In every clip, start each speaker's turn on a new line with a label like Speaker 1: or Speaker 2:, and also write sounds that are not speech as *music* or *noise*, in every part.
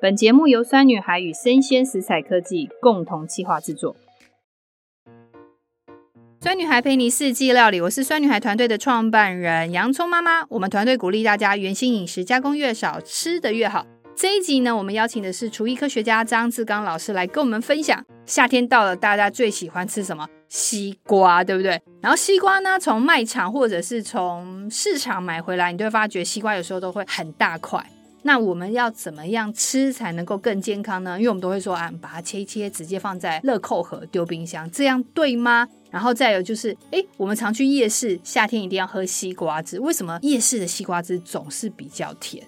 Speaker 1: 本节目由酸女孩与生鲜食材科技共同企划制作。酸女孩陪你四季料理，我是酸女孩团队的创办人洋葱妈妈。我们团队鼓励大家原形饮食，加工越少，吃的越好。这一集呢，我们邀请的是厨艺科学家张志刚老师来跟我们分享，夏天到了，大家最喜欢吃什么？西瓜，对不对？然后西瓜呢，从卖场或者是从市场买回来，你就会发觉西瓜有时候都会很大块。那我们要怎么样吃才能够更健康呢？因为我们都会说啊，把它切一切，直接放在乐扣盒丢冰箱，这样对吗？然后再有就是，诶，我们常去夜市，夏天一定要喝西瓜汁，为什么夜市的西瓜汁总是比较甜？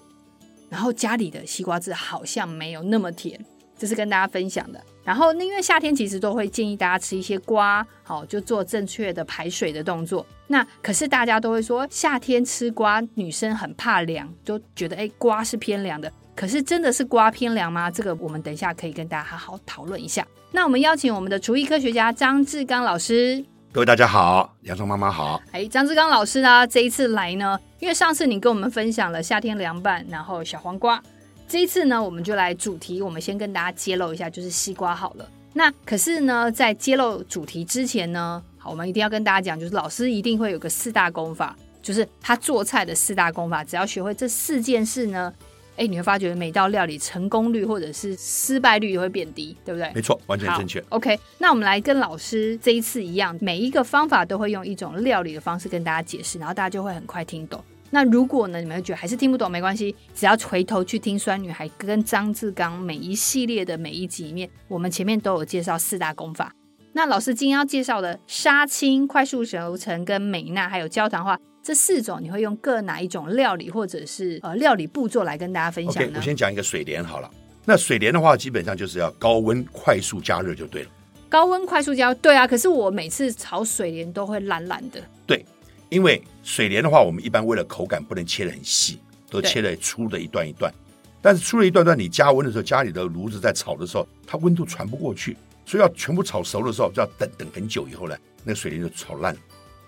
Speaker 1: 然后家里的西瓜汁好像没有那么甜，这是跟大家分享的。然后因为夏天其实都会建议大家吃一些瓜，好就做正确的排水的动作。那可是大家都会说夏天吃瓜，女生很怕凉，都觉得哎瓜是偏凉的。可是真的是瓜偏凉吗？这个我们等一下可以跟大家好好讨论一下。那我们邀请我们的厨艺科学家张志刚老师。
Speaker 2: 各位大家好，洋葱妈妈好。
Speaker 1: 哎，张志刚老师呢，这一次来呢，因为上次你跟我们分享了夏天凉拌，然后小黄瓜，这一次呢，我们就来主题，我们先跟大家揭露一下，就是西瓜好了。那可是呢，在揭露主题之前呢，好，我们一定要跟大家讲，就是老师一定会有个四大功法，就是他做菜的四大功法，只要学会这四件事呢，哎，你会发觉每道料理成功率或者是失败率会变低，对不对？
Speaker 2: 没错，完全
Speaker 1: 哎好
Speaker 2: 正确。
Speaker 1: OK，那我们来跟老师这一次一样，每一个方法都会用一种料理的方式跟大家解释，然后大家就会很快听懂。那如果呢，你们觉得还是听不懂没关系，只要回头去听《酸女孩》跟张志刚每一系列的每一集里面，我们前面都有介绍四大功法。那老师今天要介绍的杀青、快速熟成、跟美纳还有焦糖化这四种，你会用各哪一种料理或者是呃料理步骤来跟大家分享
Speaker 2: OK，
Speaker 1: 呢
Speaker 2: 我先讲一个水莲好了。那水莲的话，基本上就是要高温快速加热就对了。
Speaker 1: 高温快速焦，对啊，可是我每次炒水莲都会懒懒的。
Speaker 2: 对，因为水莲的话，我们一般为了口感不能切得很细，都
Speaker 1: 对
Speaker 2: 切得粗的一段一段。但是粗的一段段，你加温的时候，家里的炉子在炒的时候，它温度传不过去，所以要全部炒熟的时候，就要等等很久以后呢，那个水莲就炒烂了。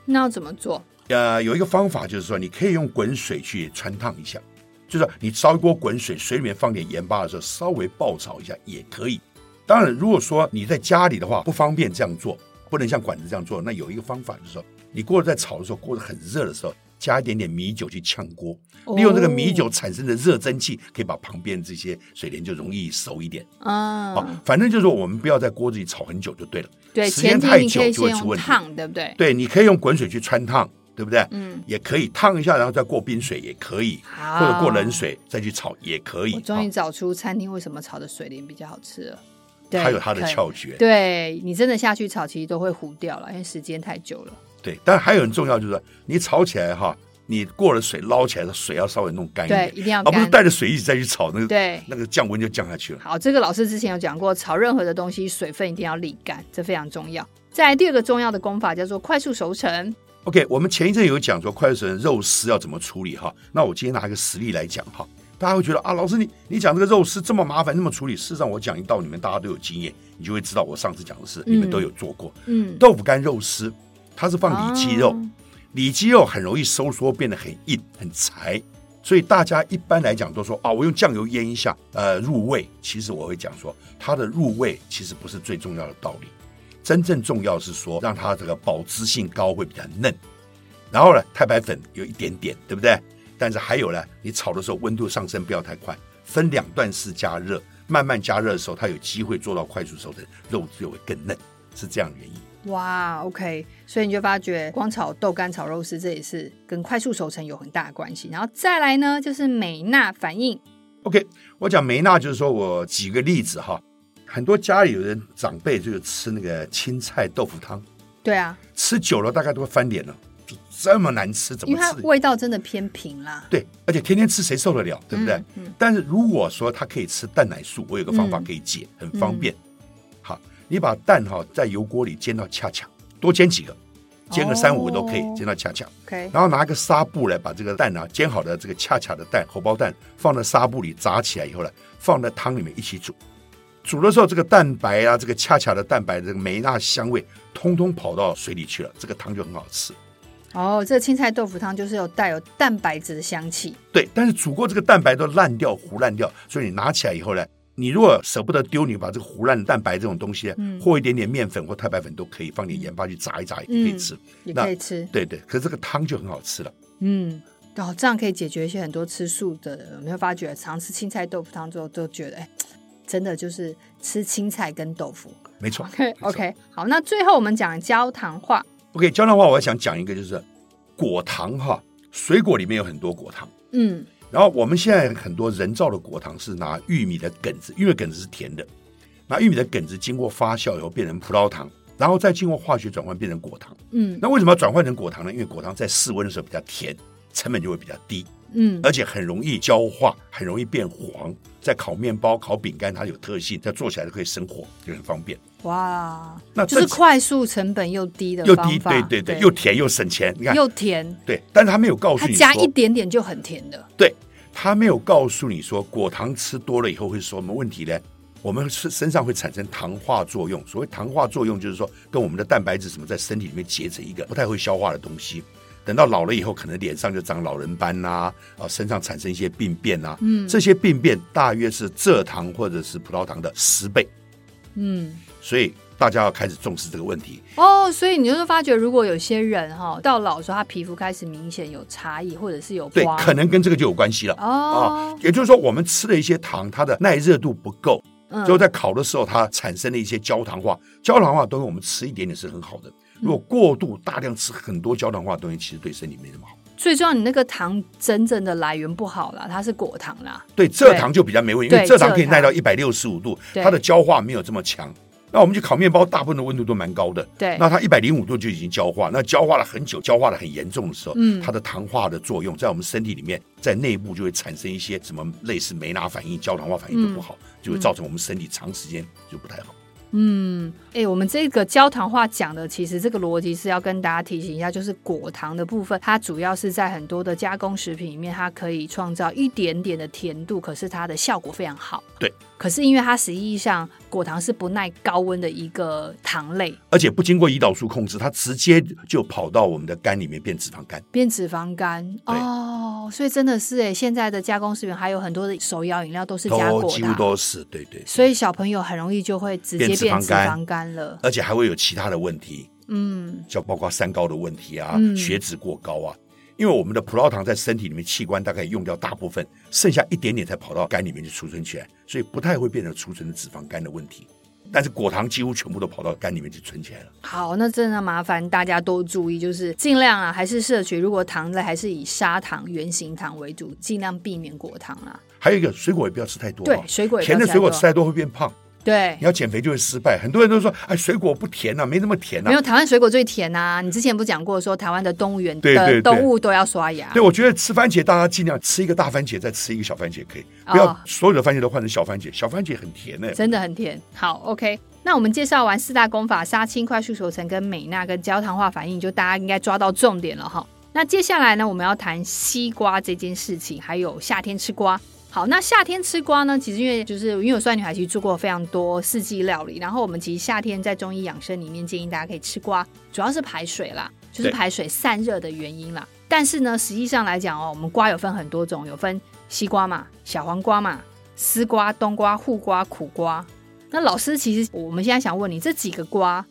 Speaker 1: 那要怎么做？
Speaker 2: 呃，有一个方法就是说，你可以用滚水去穿烫一下，就是说你烧一锅滚水，水里面放点盐巴的时候，稍微爆炒一下也可以。当然，如果说你在家里的话不方便这样做，不能像馆子这样做，那有一个方法就是说，你锅子在炒的时候，锅子很热的时候，加一点点米酒去炝锅，
Speaker 1: 哦
Speaker 2: 利用这个米酒产生的热蒸汽，可以把旁边这些水莲就容易熟一点。
Speaker 1: 啊、
Speaker 2: 好，反正就是说我们不要在锅子里炒很久就对了。
Speaker 1: 对，
Speaker 2: 哦时间
Speaker 1: 前提
Speaker 2: 太
Speaker 1: 你可
Speaker 2: 久
Speaker 1: 以
Speaker 2: 就会
Speaker 1: 先
Speaker 2: 出
Speaker 1: 用
Speaker 2: 问题。
Speaker 1: 烫，对不对？
Speaker 2: 对，你可以用滚水去穿烫，对不对？
Speaker 1: 嗯，
Speaker 2: 也可以烫一下，然后再过冰水也可以，
Speaker 1: 好
Speaker 2: 或者过冷。水再去炒也可以
Speaker 1: 啊我。终于
Speaker 2: 啊
Speaker 1: 找出餐厅为什么炒的水莲比较好吃了。对，
Speaker 2: 它有它的
Speaker 1: 可以。
Speaker 2: 窍诀，
Speaker 1: 对你真的下去炒，其实都会糊掉了，因为哎时间太久了。
Speaker 2: 对。但还有很重要就是，你炒起来哈，你过了水捞起来的水要稍微弄干一
Speaker 1: 对，
Speaker 2: 点，
Speaker 1: 一定要
Speaker 2: 而哎啊不是
Speaker 1: 干。
Speaker 2: 带着水一直再去炒，那个
Speaker 1: 对，
Speaker 2: 那个降温就降下去了。
Speaker 1: 好，这个老师之前有讲过，炒任何的东西，水分一定要沥干，这非常重要。再来第二个重要的功法叫做快速熟成。
Speaker 2: OK，我们前一阵有讲说快速熟成肉丝要怎么处理哈，那我今天拿一个实例来讲哈，大家会觉得啊，老师你你讲这个肉丝这么麻烦，那么处理，事实上我讲一道，你们大家都有经验，你就会知道我上次讲的事，你们都有做过。
Speaker 1: 嗯，
Speaker 2: 豆腐干肉丝，它是放里脊肉，
Speaker 1: 哦
Speaker 2: 里脊肉很容易收缩，变得很硬很柴，所以大家一般来讲都说啊，我用酱油腌一下，呃，入味。其实我会讲说，它的入味其实不是最重要的道理，真正重要是说让它这个保汁性高，会比较嫩。然后呢，太白粉有一点点，对不对？但是还有呢，你炒的时候温度上升不要太快，分两段式加热，慢慢加热的时候，它有机会做到快速熟成，肉质就会更嫩，是这样的原因。
Speaker 1: 哇，OK，所以你就发觉光炒豆干、炒肉丝，这也是跟快速熟成有很大的关系。然后再来呢，就是美纳反应，
Speaker 2: OK，我讲梅纳就是说我举个例子哈，很多家里有人长辈就是吃那个青菜豆腐汤，
Speaker 1: 对啊，
Speaker 2: 吃久了大概都会翻脸了，就这么难吃，怎
Speaker 1: 因
Speaker 2: 么
Speaker 1: 为它
Speaker 2: 吃？
Speaker 1: 味道真的偏平啦，
Speaker 2: 对，而且天天吃谁受得了，对不对？
Speaker 1: 嗯嗯
Speaker 2: 但是如果说他可以吃蛋奶素，我有个方法
Speaker 1: 嗯
Speaker 2: 可以解，很方便。好，你把蛋哈在油锅里煎到恰恰，多煎几个，煎个三五个都可以，
Speaker 1: 哦
Speaker 2: 煎到恰恰。
Speaker 1: ，OK，
Speaker 2: 然后拿一个纱布来把这个蛋啊煎好的这个恰恰的蛋荷包蛋放在纱布里炸起来以后呢，放在汤里面一起煮。煮的时候，这个蛋白啊，这个恰恰的蛋白，这个梅纳香味，通通跑到水里去了，这个汤就很好吃。
Speaker 1: 哦，这个青菜豆腐汤就是有带有蛋白质的香气，
Speaker 2: 对，但是煮过这个蛋白都烂掉、糊烂掉，所以你拿起来以后呢，你如果舍不得丢，你把这个胡乱蛋白这种东西
Speaker 1: 嗯，
Speaker 2: 和一点点面粉或太白粉都可以，放点盐巴去炸一炸，也可以
Speaker 1: 嗯
Speaker 2: 吃。
Speaker 1: 也
Speaker 2: 那
Speaker 1: 可以吃。
Speaker 2: 对对，可是这个汤就很好吃了。
Speaker 1: 嗯，然后这样可以解决一些很多吃素的，有没有发觉？常吃青菜豆腐汤之后，都觉得哎，真的就是吃青菜跟豆腐。
Speaker 2: 没错
Speaker 1: OK
Speaker 2: 没错
Speaker 1: OK，好，那最后我们讲焦糖化，
Speaker 2: OK，胶囊化我还想讲一个，就是果糖哈，水果里面有很多果糖。
Speaker 1: 嗯
Speaker 2: 然后我们现在很多人造的果糖是拿玉米的梗子，因为梗子是甜的，拿玉米的梗子经过发酵以后变成葡萄糖，然后再经过化学转换变成果糖。
Speaker 1: 嗯
Speaker 2: 那为什么要转换成果糖呢？因为果糖在室温的时候比较甜，成本就会比较低，
Speaker 1: 嗯
Speaker 2: 而且很容易焦化，很容易变黄。在烤面包、烤饼干，它有特性，在做起来就可以生火，就很方便，
Speaker 1: 哇，
Speaker 2: 那
Speaker 1: 就是
Speaker 2: 这几
Speaker 1: 快速成本又低的
Speaker 2: 啊又
Speaker 1: 方
Speaker 2: 低，
Speaker 1: 法，
Speaker 2: 对对对，又甜又省钱。你看，
Speaker 1: 又甜，
Speaker 2: 对，但是他没有告诉
Speaker 1: 它
Speaker 2: 你
Speaker 1: 加一
Speaker 2: 说，
Speaker 1: 点点就很甜的。
Speaker 2: 对他没有告诉你说，果糖吃多了以后会是什么问题呢？我们身身上会产生糖化作用，所谓糖化作用就是说，跟我们的蛋白质什么在身体里面结成一个不太会消化的东西。等到老了以后，可能脸上就长老人斑呐、啊，身上产生一些病变呐、
Speaker 1: 嗯
Speaker 2: 这些病变大约是蔗糖或者是葡萄糖的十倍，
Speaker 1: 嗯，
Speaker 2: 所以大家要开始重视这个问题。
Speaker 1: 哦，所以你就是发觉，如果有些人哈、到老的时候，他皮肤开始明显有差异，或者是有
Speaker 2: 对，
Speaker 1: 光，
Speaker 2: 可能跟这个就有关系了。
Speaker 1: 哦
Speaker 2: 啊，，也就是说，我们吃了一些糖，它的耐热度不够，
Speaker 1: 嗯
Speaker 2: 最后在烤的时候，它产生了一些焦糖化。焦糖化的东西我们吃一点点是很好的，
Speaker 1: 嗯
Speaker 2: 如果过度大量吃很多焦糖化的东西，其实对身体没那么好。
Speaker 1: 最重要，你那个糖真正的来源不好啦，它是果糖啦。
Speaker 2: 对蔗糖就比较没问题，因为
Speaker 1: 对
Speaker 2: 蔗糖可以
Speaker 1: 蔗糖
Speaker 2: 耐到一百六十五度，
Speaker 1: 对
Speaker 2: 它的焦化没有这么强。那我们去烤面包，大部分的温度都蛮高的，
Speaker 1: 对
Speaker 2: 那它一百零五度就已经焦化，那焦化了很久，焦化的很严重的时候，
Speaker 1: 嗯
Speaker 2: 它的糖化的作用在我们身体里面，在内部就会产生一些什么类似梅纳反应、焦糖化反应就不好，就会造成我们身体长时间就不太好。
Speaker 1: 嗯，哎、我们这个焦糖化讲的，其实这个逻辑是要跟大家提醒一下，就是果糖的部分，它主要是在很多的加工食品里面，它可以创造一点点的甜度，可是它的效果非常好。
Speaker 2: 对，
Speaker 1: 可是因为它实际上果糖是不耐高温的一个糖类，
Speaker 2: 而且不经过胰岛素控制，它直接就跑到我们的肝里面变脂肪肝。
Speaker 1: 变脂肪肝
Speaker 2: 对
Speaker 1: 哦，所以真的是哎，现在的加工食品还有很多的手摇饮料都是加
Speaker 2: 都
Speaker 1: 果啊
Speaker 2: 几乎
Speaker 1: 糖，
Speaker 2: 都是，对对，
Speaker 1: 所以小朋友很容易就会直接
Speaker 2: 变脂肪
Speaker 1: 变脂
Speaker 2: 肝
Speaker 1: 肪肝了。
Speaker 2: 而且还会有其他的问题，
Speaker 1: 嗯
Speaker 2: 像包括三高的问题啊、
Speaker 1: 嗯
Speaker 2: 血脂过高啊。因为我们的葡萄糖在身体里面器官大概用掉大部分，剩下一点点才跑到肝里面去储存起来，所以不太会变成储存的脂肪肝的问题。但是果糖几乎全部都跑到肝里面去存起来了。
Speaker 1: 好，那真的麻烦大家多注意，就是尽量啊，还是摄取，如果糖类还是以砂糖、原型糖为主，尽量避免果糖啦。
Speaker 2: 还有一个水果也不要吃太多、啊
Speaker 1: 对，，水果也不要
Speaker 2: 甜的
Speaker 1: 太
Speaker 2: 水果
Speaker 1: 多
Speaker 2: 吃太多会变胖，
Speaker 1: 对
Speaker 2: 你。要减肥就会失败。很多人都说，哎，水果不甜呐、没那么甜啊呐、
Speaker 1: 没有台湾水果最甜呐、你之前不讲过说台湾的动物园
Speaker 2: 对对
Speaker 1: 的
Speaker 2: 对
Speaker 1: 动物都要刷牙
Speaker 2: 对，，我觉得吃番茄，大家尽量吃一个大番茄，再吃一个小番茄，可以
Speaker 1: 哦
Speaker 2: 不要所有的番茄都换成小番茄，小番茄很甜呢、
Speaker 1: 真的很甜。好，OK，那我们介绍完四大功法：杀青、快速熟成、跟美纳跟焦糖化反应，就大家应该抓到重点了哈。那接下来呢，我们要谈西瓜这件事情，还有夏天吃瓜。好，那夏天吃瓜呢？其实因为就是因为我算女孩，其实做过非常多四季料理。然后我们其实夏天在中医养生里面建议大家可以吃瓜，主要是排水啦，就是
Speaker 2: 对
Speaker 1: 排水散热的原因啦。但是呢，实际上来讲哦，我们瓜有分很多种，有分西瓜嘛、小黄瓜嘛、丝瓜、冬瓜、护瓜、苦瓜。那老师，其实我们现在想问你，这几个瓜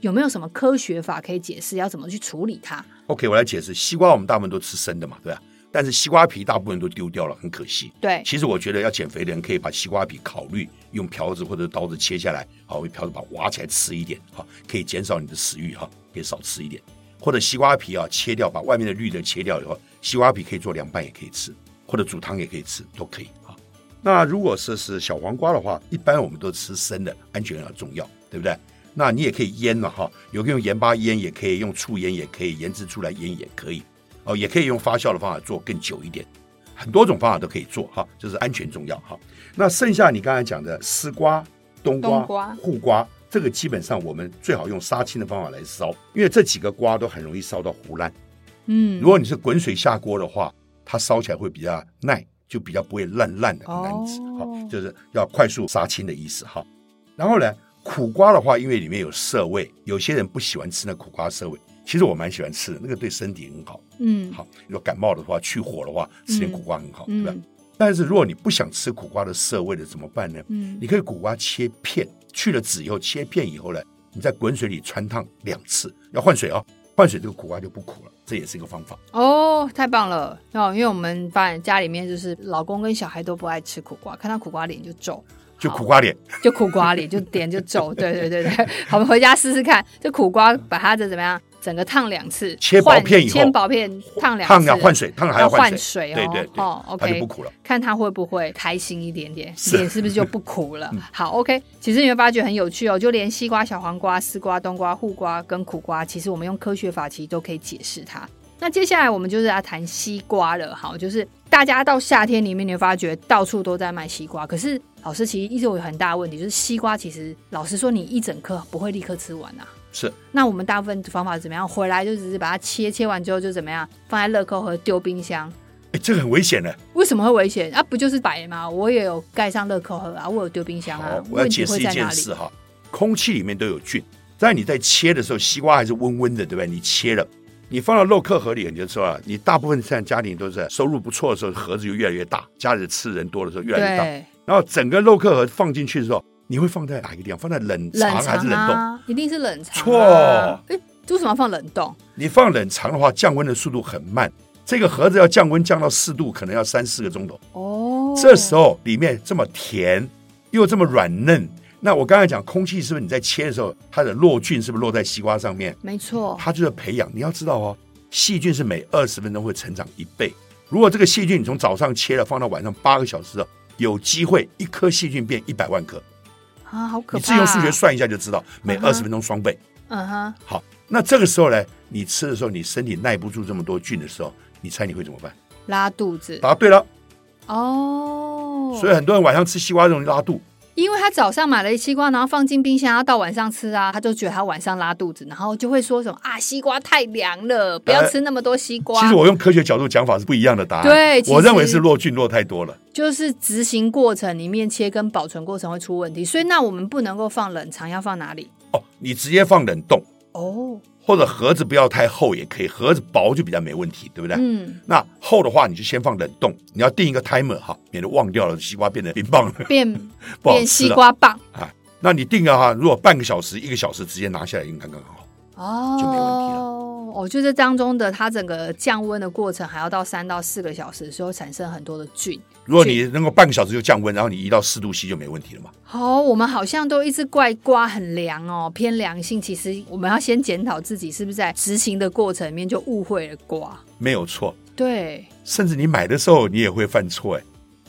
Speaker 1: 有没有什么科学法可以解释，要怎么去处理它？
Speaker 2: OK，我来解释，西瓜我们大部分都吃生的嘛，对吧？但是西瓜皮大部分都丢掉了，很可惜。
Speaker 1: 对，
Speaker 2: 其实我觉得要减肥的人可以把西瓜皮烤虑，用瓢子或者刀子切下来，好，用瓢子把它挖起来吃一点，好，可以减少你的食欲哈，可以少吃一点。或者西瓜皮啊切掉，把外面的绿的切掉以后，西瓜皮可以做凉拌，也可以吃，或者煮汤也可以吃，都可以啊。那如果说是小黄瓜的话，一般我们都吃生的，安全很重要，对不对？那你也可以腌了哈，有可以用盐巴腌，也可以用醋腌，也可以盐汁出来腌，也可以哦，也可以用发酵的方法做更久一点。很多种方法都可以做哈，就是安全重要哈。那剩下你刚才讲的丝瓜、冬瓜、
Speaker 1: 冬瓜
Speaker 2: 护瓜，这个基本上我们最好用杀青的方法来烧，因为这几个瓜都很容易烧到糊烂。
Speaker 1: 嗯
Speaker 2: 如，果你是滚水下锅的话，它烧起来会比较耐，就比较不会烂烂的，很难吃。
Speaker 1: 哦
Speaker 2: 好、就是要快速杀青的意思哈。然后呢，苦瓜的话，因为里面有涩味，有些人不喜欢吃那苦瓜涩味，其实我蛮喜欢吃的，那个对身体很好。
Speaker 1: 嗯，
Speaker 2: 好，如果感冒的话，去火的话，吃点
Speaker 1: 嗯
Speaker 2: 苦瓜很好，对吧？
Speaker 1: 嗯，
Speaker 2: 但是如果你不想吃苦瓜的涩味的怎么办呢？
Speaker 1: 嗯
Speaker 2: 你可以苦瓜切片，去了籽以后切片以后呢，你在滚水里穿烫两次，要换水哦，换水这个苦瓜就不苦了，这也是一个方法。
Speaker 1: 哦，太棒了！哦，因为我们发现家里面就是老公跟小孩都不爱吃苦瓜，看到苦瓜脸就 *laughs* 皱，
Speaker 2: 就苦瓜脸，
Speaker 1: 就苦瓜脸就脸就 *laughs* 皱。对对对对，好，我们回家试试看，这苦瓜把它的怎么样，整个烫两次，
Speaker 2: 切薄
Speaker 1: 换
Speaker 2: 片以后
Speaker 1: 切薄片烫两次，
Speaker 2: 烫了换水，烫了还
Speaker 1: 要
Speaker 2: 换
Speaker 1: 换水
Speaker 2: 水，
Speaker 1: 哦，
Speaker 2: 对对对，
Speaker 1: 哦
Speaker 2: 它就
Speaker 1: ，OK，
Speaker 2: 不苦了。
Speaker 1: 看他会不会开心一点点，
Speaker 2: 是
Speaker 1: 脸是不是就不苦了？好，OK。其实你会发觉很有趣哦，就连西瓜、小黄瓜、丝瓜、冬瓜、护瓜跟苦瓜，其实我们用科学法其实都可以解释它。那接下来我们就是要谈西瓜了，好，就是大家到夏天里面，你会发觉到处都在卖西瓜，可是老师其实一直有很大的问题，就是西瓜其实老实说，你一整颗不会立刻吃完啊。
Speaker 2: 是，
Speaker 1: 那我们大部分方法是怎么样？回来就只是把它切，切完之后就怎么样，放在乐扣盒丢冰箱，
Speaker 2: 哎，这个很危险的。
Speaker 1: 为什么会危险啊？不就是白吗？我也有盖上乐扣盒啊，我有丢冰箱啊
Speaker 2: 好，，我要
Speaker 1: 问
Speaker 2: 解
Speaker 1: 题
Speaker 2: 释
Speaker 1: 会
Speaker 2: 一
Speaker 1: 在哪
Speaker 2: 件
Speaker 1: 里
Speaker 2: 事？哈，空气里面都有菌，但你在切的时候，西瓜还是温温的，对不对？你切了，你放到肉客盒里，你就知道了，你大部分现在家庭都是收入不错的时候，盒子就越来越大，家里吃人多的时候越来越大，
Speaker 1: 对，
Speaker 2: 然后整个肉客盒放进去的时候，你会放在哪一个地方？放在冷藏
Speaker 1: 冷
Speaker 2: 还是
Speaker 1: 藏
Speaker 2: 冷冻？
Speaker 1: 啊，一定是冷藏、
Speaker 2: 错
Speaker 1: 啊。哎，为什么要放冷冻？
Speaker 2: 你放冷藏的话，降温的速度很慢。这个盒子要降温降到四度，可能要三四个钟头。
Speaker 1: 哦，
Speaker 2: 这时候里面这么甜又这么软嫩，那我刚才讲空气是不是你在切的时候，它的落菌是不是落在西瓜上面？
Speaker 1: 没错，
Speaker 2: 它就是培养。你要知道哦，细菌是每二十分钟会成长一倍。如果这个细菌你从早上切了放到晚上八个小时后，有机会一颗细菌变一百万颗。
Speaker 1: 啊，好可怕、啊。
Speaker 2: 你自己用数学，算一下就知道，每
Speaker 1: 嗯哼
Speaker 2: 二十分钟双倍。
Speaker 1: 嗯哼，
Speaker 2: 好，那这个时候呢，你吃的时候，你身体耐不住这么多菌的时候，你猜你会怎么办？
Speaker 1: 拉肚子
Speaker 2: 答对了。
Speaker 1: 哦。
Speaker 2: 所以很多人晚上吃西瓜容易拉肚，
Speaker 1: 因为他早上买了西瓜，然后放进冰箱，要到晚上吃啊，他就觉得他晚上拉肚子，然后就会说什么啊，西瓜太凉了，不要
Speaker 2: 呃
Speaker 1: 吃那么多西瓜。
Speaker 2: 其实我用科学角度讲法是不一样的答案。
Speaker 1: 对其实
Speaker 2: 我认为是落菌落太多了。
Speaker 1: 就是执行过程里面切跟保存过程会出问题，所以那我们不能够放冷藏，要放哪里？
Speaker 2: 哦，你直接放冷冻，
Speaker 1: 哦，
Speaker 2: 或者盒子不要太厚也可以，盒子薄就比较没问题，对不对？
Speaker 1: 嗯，
Speaker 2: 那厚的话，你就先放冷冻，你要定一个 timer 哈，免得忘掉了西瓜变得冰棒了，
Speaker 1: 变
Speaker 2: 不好
Speaker 1: 变
Speaker 2: 吃
Speaker 1: 西
Speaker 2: 了。啊
Speaker 1: 瓜棒
Speaker 2: 那你定了哈，如果半个小时、一个小时直接拿下来，应该刚刚好。
Speaker 1: 哦，
Speaker 2: 就没问题
Speaker 1: 了。哦，就这当中的它整个降温的过程，还要到三到四个小时，所以会产生很多的菌。
Speaker 2: 如果你能够半个小时就降温，然后你移到四度 C 就没问题了嘛。
Speaker 1: 好、我们好像都一直怪瓜很凉哦，偏凉性。其实我们要先检讨自己是不是在执行的过程里面就误会了瓜。
Speaker 2: 没有错，
Speaker 1: 对
Speaker 2: 甚至你买的时候你也会犯错哎。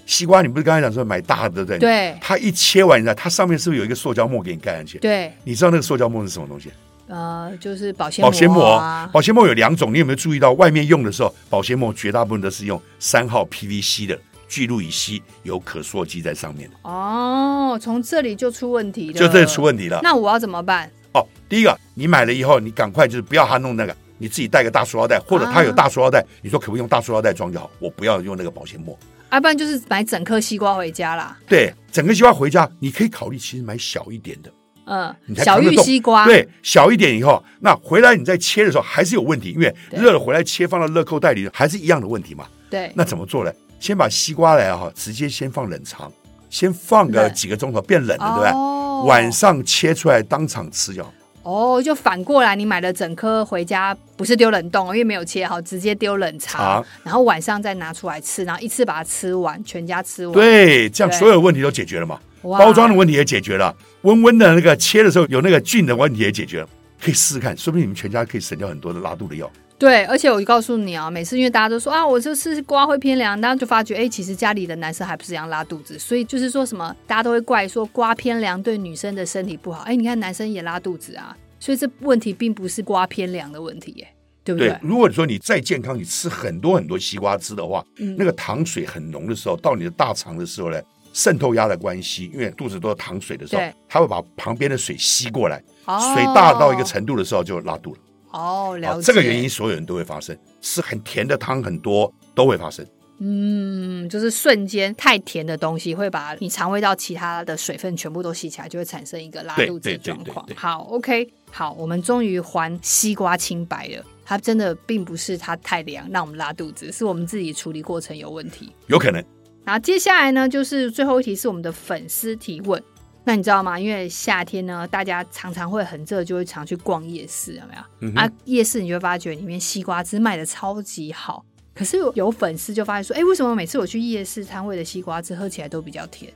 Speaker 2: 西瓜，你不是刚才讲说买大的对不对？
Speaker 1: 对
Speaker 2: 它一切完，你知道它上面是不是有一个塑胶膜给你盖上去？
Speaker 1: 对，
Speaker 2: 你知道那个塑胶膜是什么东西？
Speaker 1: 呃，就是保鲜
Speaker 2: 保鲜膜哦
Speaker 1: 啊。
Speaker 2: 保鲜膜有两种，你有没有注意到？外面用的时候，保鲜膜绝大部分都是用三号 PVC 的聚氯乙烯，有可塑剂在上面的，
Speaker 1: 哦，从这里就出问题了，
Speaker 2: 就这出问题了。啊
Speaker 1: 那我要怎么办？
Speaker 2: 哦，第一个，你买了以后，你赶快就是不要他弄那个，你自己带个大塑料袋，或者他有大塑料袋，你说可不可以用大塑料袋装就好？我不要用那个保鲜膜。
Speaker 1: 要、啊不然就是买整颗西瓜回家啦。
Speaker 2: 对，整个西瓜回家，你可以考虑其实买小一点的，
Speaker 1: 嗯
Speaker 2: 你，才
Speaker 1: 小
Speaker 2: 扛得
Speaker 1: 玉
Speaker 2: 动
Speaker 1: 西瓜，，
Speaker 2: 对，小一点以后，那回来你再切的时候还是有问题，因为
Speaker 1: 对
Speaker 2: 热了回来切放到热扣袋里还是一样的问题嘛。
Speaker 1: 对
Speaker 2: 那怎么做呢？先把西瓜来啊哈，直接先放冷藏，先放个
Speaker 1: 冷
Speaker 2: 几个钟头变冷了，对不对？
Speaker 1: 哦
Speaker 2: 晚上切出来当场吃就好。
Speaker 1: 哦，就反过来，你买了整颗回家，不是丢冷冻，因为没有切好，直接丢冷藏，
Speaker 2: 藏
Speaker 1: 然后晚上再拿出来吃，然后一次把它吃完，全家吃完。，
Speaker 2: 对，这样
Speaker 1: 对
Speaker 2: 所有问题都解决了嘛，
Speaker 1: 哇
Speaker 2: 包装的问题也解决了，温温的那个切的时候有那个菌的问题也解决了，可以试试看，说不定你们全家可以省掉很多的拉肚的药。
Speaker 1: 对，而且我告诉你啊，每次因为大家都说啊，我这次瓜会偏凉，大家就发觉，哎，其实家里的男生还不是一样拉肚子，所以就是说什么，大家都会怪说瓜偏凉对女生的身体不好，哎，你看男生也拉肚子啊，所以这问题并不是瓜偏凉的问题耶，对不对？
Speaker 2: 对，如果你说你再健康，你吃很多很多西瓜汁的话，
Speaker 1: 嗯
Speaker 2: 那个糖水很浓的时候，到你的大肠的时候呢，渗透压的关系，因为肚子都是糖水的时候
Speaker 1: 对，
Speaker 2: 它会把旁边的水吸过来，
Speaker 1: 哦
Speaker 2: 水大到一个程度的时候就拉肚了。
Speaker 1: 哦，了
Speaker 2: 好
Speaker 1: 解、
Speaker 2: 这个原因所有人都会发生，吃很甜的汤很多都会发生。
Speaker 1: 嗯，就是瞬间太甜的东西会把你肠胃道其他的水分全部都吸起来，就会产生一个拉肚子的
Speaker 2: 对对对
Speaker 1: 状况
Speaker 2: 对。对
Speaker 1: 好，OK，好，我们终于还西瓜清白了。它真的并不是它太凉让我们拉肚子，是我们自己处理过程有问题。
Speaker 2: 有可能。
Speaker 1: 然后接下来呢，就是最后一题是我们的粉丝提问。那你知道吗？因为夏天呢，大家常常会很热，就会常去逛夜市，有没有？
Speaker 2: 嗯
Speaker 1: 啊
Speaker 2: 哼，，
Speaker 1: 夜市你就会发觉里面西瓜汁卖的超级好。可是有粉丝就发现说，哎、为什么每次我去夜市摊位的西瓜汁喝起来都比较甜？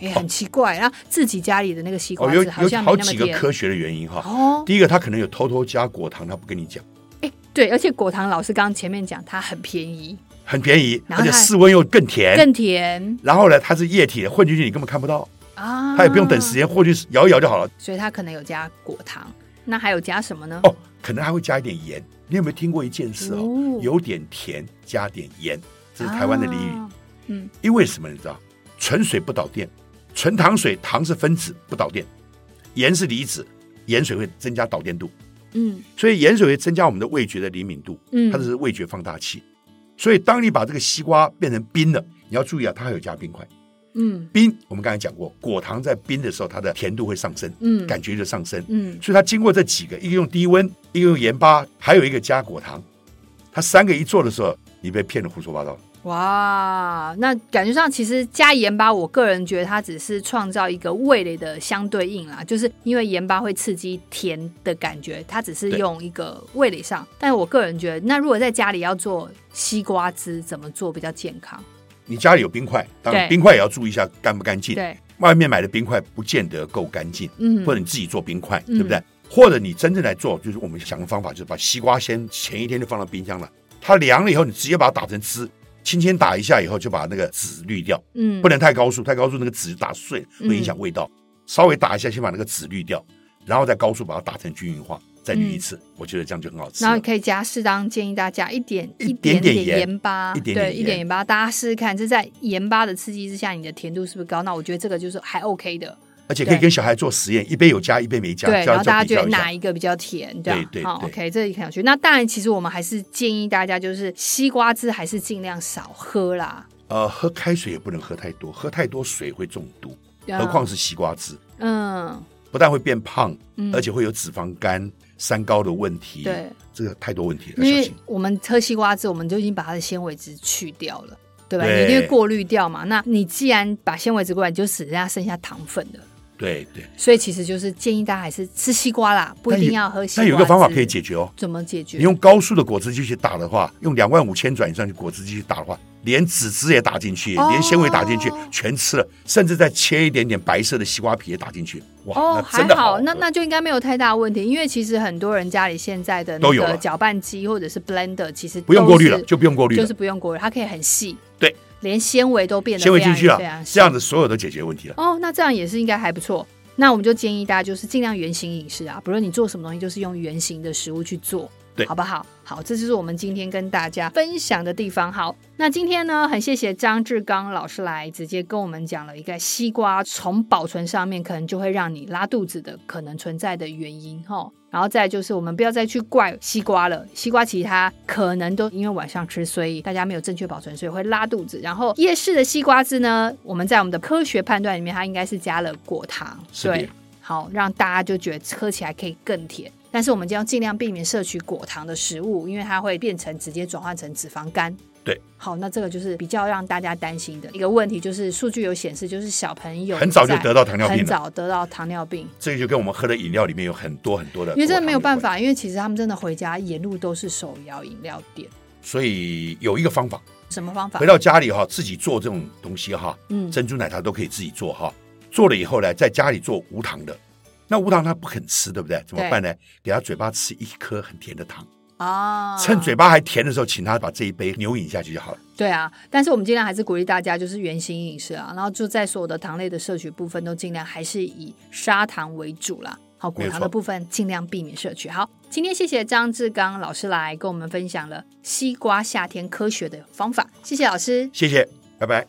Speaker 1: 哎、很奇怪。然后自己家里的那个西瓜
Speaker 2: 哦有
Speaker 1: 汁好
Speaker 2: 有
Speaker 1: 像没
Speaker 2: 好
Speaker 1: 那么
Speaker 2: 几个
Speaker 1: 甜。
Speaker 2: 科学的原因哈。
Speaker 1: 哦，
Speaker 2: 第一个，他可能有偷偷加果糖，他不跟你讲，
Speaker 1: 哎、对，而且果糖老师刚刚前面讲它很便宜，
Speaker 2: 很便宜，
Speaker 1: 然后
Speaker 2: 而且
Speaker 1: 他
Speaker 2: 室温又更甜。
Speaker 1: 更甜
Speaker 2: 然后呢，它是液体的，混进去你根本看不到，
Speaker 1: 啊，
Speaker 2: 它也不用等时，间，或许摇一摇就好了。
Speaker 1: 所以它可能有加果糖。那还有加什么呢？
Speaker 2: 哦，可能还会加一点盐。你有没有听过一件事
Speaker 1: 哦
Speaker 2: 哦？有点甜，加点盐，这是台湾的俚语。
Speaker 1: 啊嗯，
Speaker 2: 因为什么你知道？纯水不导电，纯糖水糖是分子不导电，盐是离子，盐水会增加导电度，
Speaker 1: 嗯
Speaker 2: 所以盐水会增加我们的味觉的灵敏度，
Speaker 1: 嗯
Speaker 2: 它这是味觉放大器。所以当你把这个西瓜变成冰了，你要注意啊，它还有加冰块。
Speaker 1: 嗯
Speaker 2: 冰我们刚才讲过，果糖在冰的时候，它的甜度会上升，
Speaker 1: 嗯
Speaker 2: 感觉就上升。
Speaker 1: 嗯
Speaker 2: 所以它经过这几个，一个用低温，一个用盐巴，还有一个加果糖，它三个一做的时候，你被骗的胡说八道。
Speaker 1: 哇，那感觉上其实加盐巴，我个人觉得它只是创造一个味蕾的相对应啦，就是因为盐巴会刺激甜的感觉，它只是
Speaker 2: 对
Speaker 1: 用一个味蕾上。但我个人觉得，那如果在家里要做西瓜汁，怎么做比较健康？
Speaker 2: 你家里有冰块，当然
Speaker 1: 对
Speaker 2: 冰块也要注意一下干不干净。
Speaker 1: 对，
Speaker 2: 外面买的冰块不见得够干净，
Speaker 1: 嗯
Speaker 2: 或者你自己做冰块，
Speaker 1: 嗯
Speaker 2: 对不对？或者你真正来做，就是我们想的方法，就是把西瓜先前一天就放到冰箱了，它凉了以后，你直接把它打成汁，轻轻打一下以后，就把那个籽滤掉，
Speaker 1: 嗯
Speaker 2: 不能太高速，太高速那个籽打碎
Speaker 1: 嗯
Speaker 2: 会影响味道，稍微打一下，先把那个籽滤掉，然后再高速把它打成均匀化，再滤一次，我觉得这样就很好吃
Speaker 1: 嗯然后
Speaker 2: 了
Speaker 1: 你。可以加适当建议大家一点
Speaker 2: 一
Speaker 1: 点
Speaker 2: 点点盐
Speaker 1: 盐巴，
Speaker 2: 一点点
Speaker 1: 对一点
Speaker 2: 盐
Speaker 1: 盐巴，大家试试看，这在盐巴的刺激之下，你的甜度是不是高？那我觉得这个就是还 OK 的，
Speaker 2: 而且可以
Speaker 1: 对
Speaker 2: 跟小孩做实验，一杯有加，一杯没加，
Speaker 1: 对，然
Speaker 2: 这样
Speaker 1: 后大家
Speaker 2: 就比
Speaker 1: 觉
Speaker 2: 较
Speaker 1: 得
Speaker 2: 一
Speaker 1: 哪
Speaker 2: 下。
Speaker 1: 一个比较甜，这样
Speaker 2: 对对
Speaker 1: 好
Speaker 2: 对
Speaker 1: OK，这里很有趣。那当然，其实我们还是建议大家就是西瓜汁还是尽量少喝啦，
Speaker 2: 呃，喝开水也不能喝太多，喝太多水会中毒，
Speaker 1: 呃
Speaker 2: 何况是西瓜汁。
Speaker 1: 嗯
Speaker 2: 不但会变胖，
Speaker 1: 嗯，
Speaker 2: 而且会有脂肪肝、三高的问题。
Speaker 1: 对，
Speaker 2: 这个太多问题了，
Speaker 1: 因为
Speaker 2: 要小心。
Speaker 1: 我们喝西瓜汁，我们就已经把它的纤维质去掉了。对吧？你
Speaker 2: 对
Speaker 1: 一定会过滤掉嘛？那你既然把纤维质过来，你就只剩下剩下糖分了。
Speaker 2: 对对，
Speaker 1: 所以其实就是建议大家还是吃西瓜啦，不一定要喝西瓜
Speaker 2: 但
Speaker 1: 汁。
Speaker 2: 有一个方法可以解决哦，
Speaker 1: 怎么解决？
Speaker 2: 你用高速的果汁机去打的话，用两万五千转以上的果汁机去打的话，连籽汁也打进去，
Speaker 1: 哦
Speaker 2: 连纤维打进去，全吃了，甚至再切一点点白色的西瓜皮也打进去，哇，
Speaker 1: 哦，
Speaker 2: 那呃
Speaker 1: 还
Speaker 2: 真的嗯
Speaker 1: 好，
Speaker 2: 喝
Speaker 1: 那那就应该没有太大问题，因为其实很多人家里现在的那
Speaker 2: 都有
Speaker 1: 个
Speaker 2: 了
Speaker 1: 搅拌机或者是 blender，其实
Speaker 2: 不用
Speaker 1: 都
Speaker 2: 过滤
Speaker 1: 是
Speaker 2: 了，就不用过滤
Speaker 1: 就
Speaker 2: 了
Speaker 1: 是，不用过滤，它可以很细，
Speaker 2: 对，
Speaker 1: 连纤维都变得
Speaker 2: 纤维进去了
Speaker 1: 非常，
Speaker 2: 这样
Speaker 1: 子
Speaker 2: 子所有都解决问题了。
Speaker 1: 哦，那这样也是应该还不错。那我们就建议大家就是尽量原形饮食啊，不论你做什么东西，就是用原形的食物去做，
Speaker 2: 对
Speaker 1: 好不好？好，这就是我们今天跟大家分享的地方。好，那今天呢，很谢谢张志刚老师来直接跟我们讲了一个西瓜从保存上面可能就会让你拉肚子的可能存在的原因哦哈。然后再来就是我们不要再去怪西瓜了，西瓜其实它可能都因为晚上吃，所以大家没有正确保存，所以会拉肚子。然后夜市的西瓜汁呢，我们在我们的科学判断里面，它应该是加了果糖，
Speaker 2: 是的
Speaker 1: 对，好让大家就觉得喝起来可以更甜。但是我们就要尽量避免摄取果糖的食物，因为它会变成直接转换成脂肪肝。
Speaker 2: 对，
Speaker 1: 好，那这个就是比较让大家担心的一个问题，就是数据有显示，就是小朋友
Speaker 2: 很早就
Speaker 1: 在
Speaker 2: 得到糖尿病
Speaker 1: 很
Speaker 2: 了，
Speaker 1: 早得到糖尿病，
Speaker 2: 这个就跟我们喝的饮料里面有很多很多的，
Speaker 1: 因为真的没有办。法，因为其实他们真的回家沿路都是手摇饮料店，
Speaker 2: 所以有一个方法，
Speaker 1: 什么方法
Speaker 2: 回？到家里哈，自己做这种东西哈，
Speaker 1: 嗯
Speaker 2: 珍珠奶茶都可以自己做哈。做了以后呢，在家里做无糖的，那无糖他不肯吃，对不对？怎么办呢？给他嘴巴吃一颗很甜的糖，
Speaker 1: 啊，
Speaker 2: 趁嘴巴还甜的时候，请他把这一杯牛饮下去就好了。
Speaker 1: 对啊，但是我们尽量还是鼓励大家就是原形饮食啊，然后就在所有的糖类的摄取部分都尽量还是以砂糖为主啦。好，果
Speaker 2: 没
Speaker 1: 糖
Speaker 2: 错
Speaker 1: 的部分尽量避免摄取。好，今天谢谢张志刚老师来跟我们分享了西瓜夏天科学的方法，谢谢老师。
Speaker 2: 谢谢，拜拜。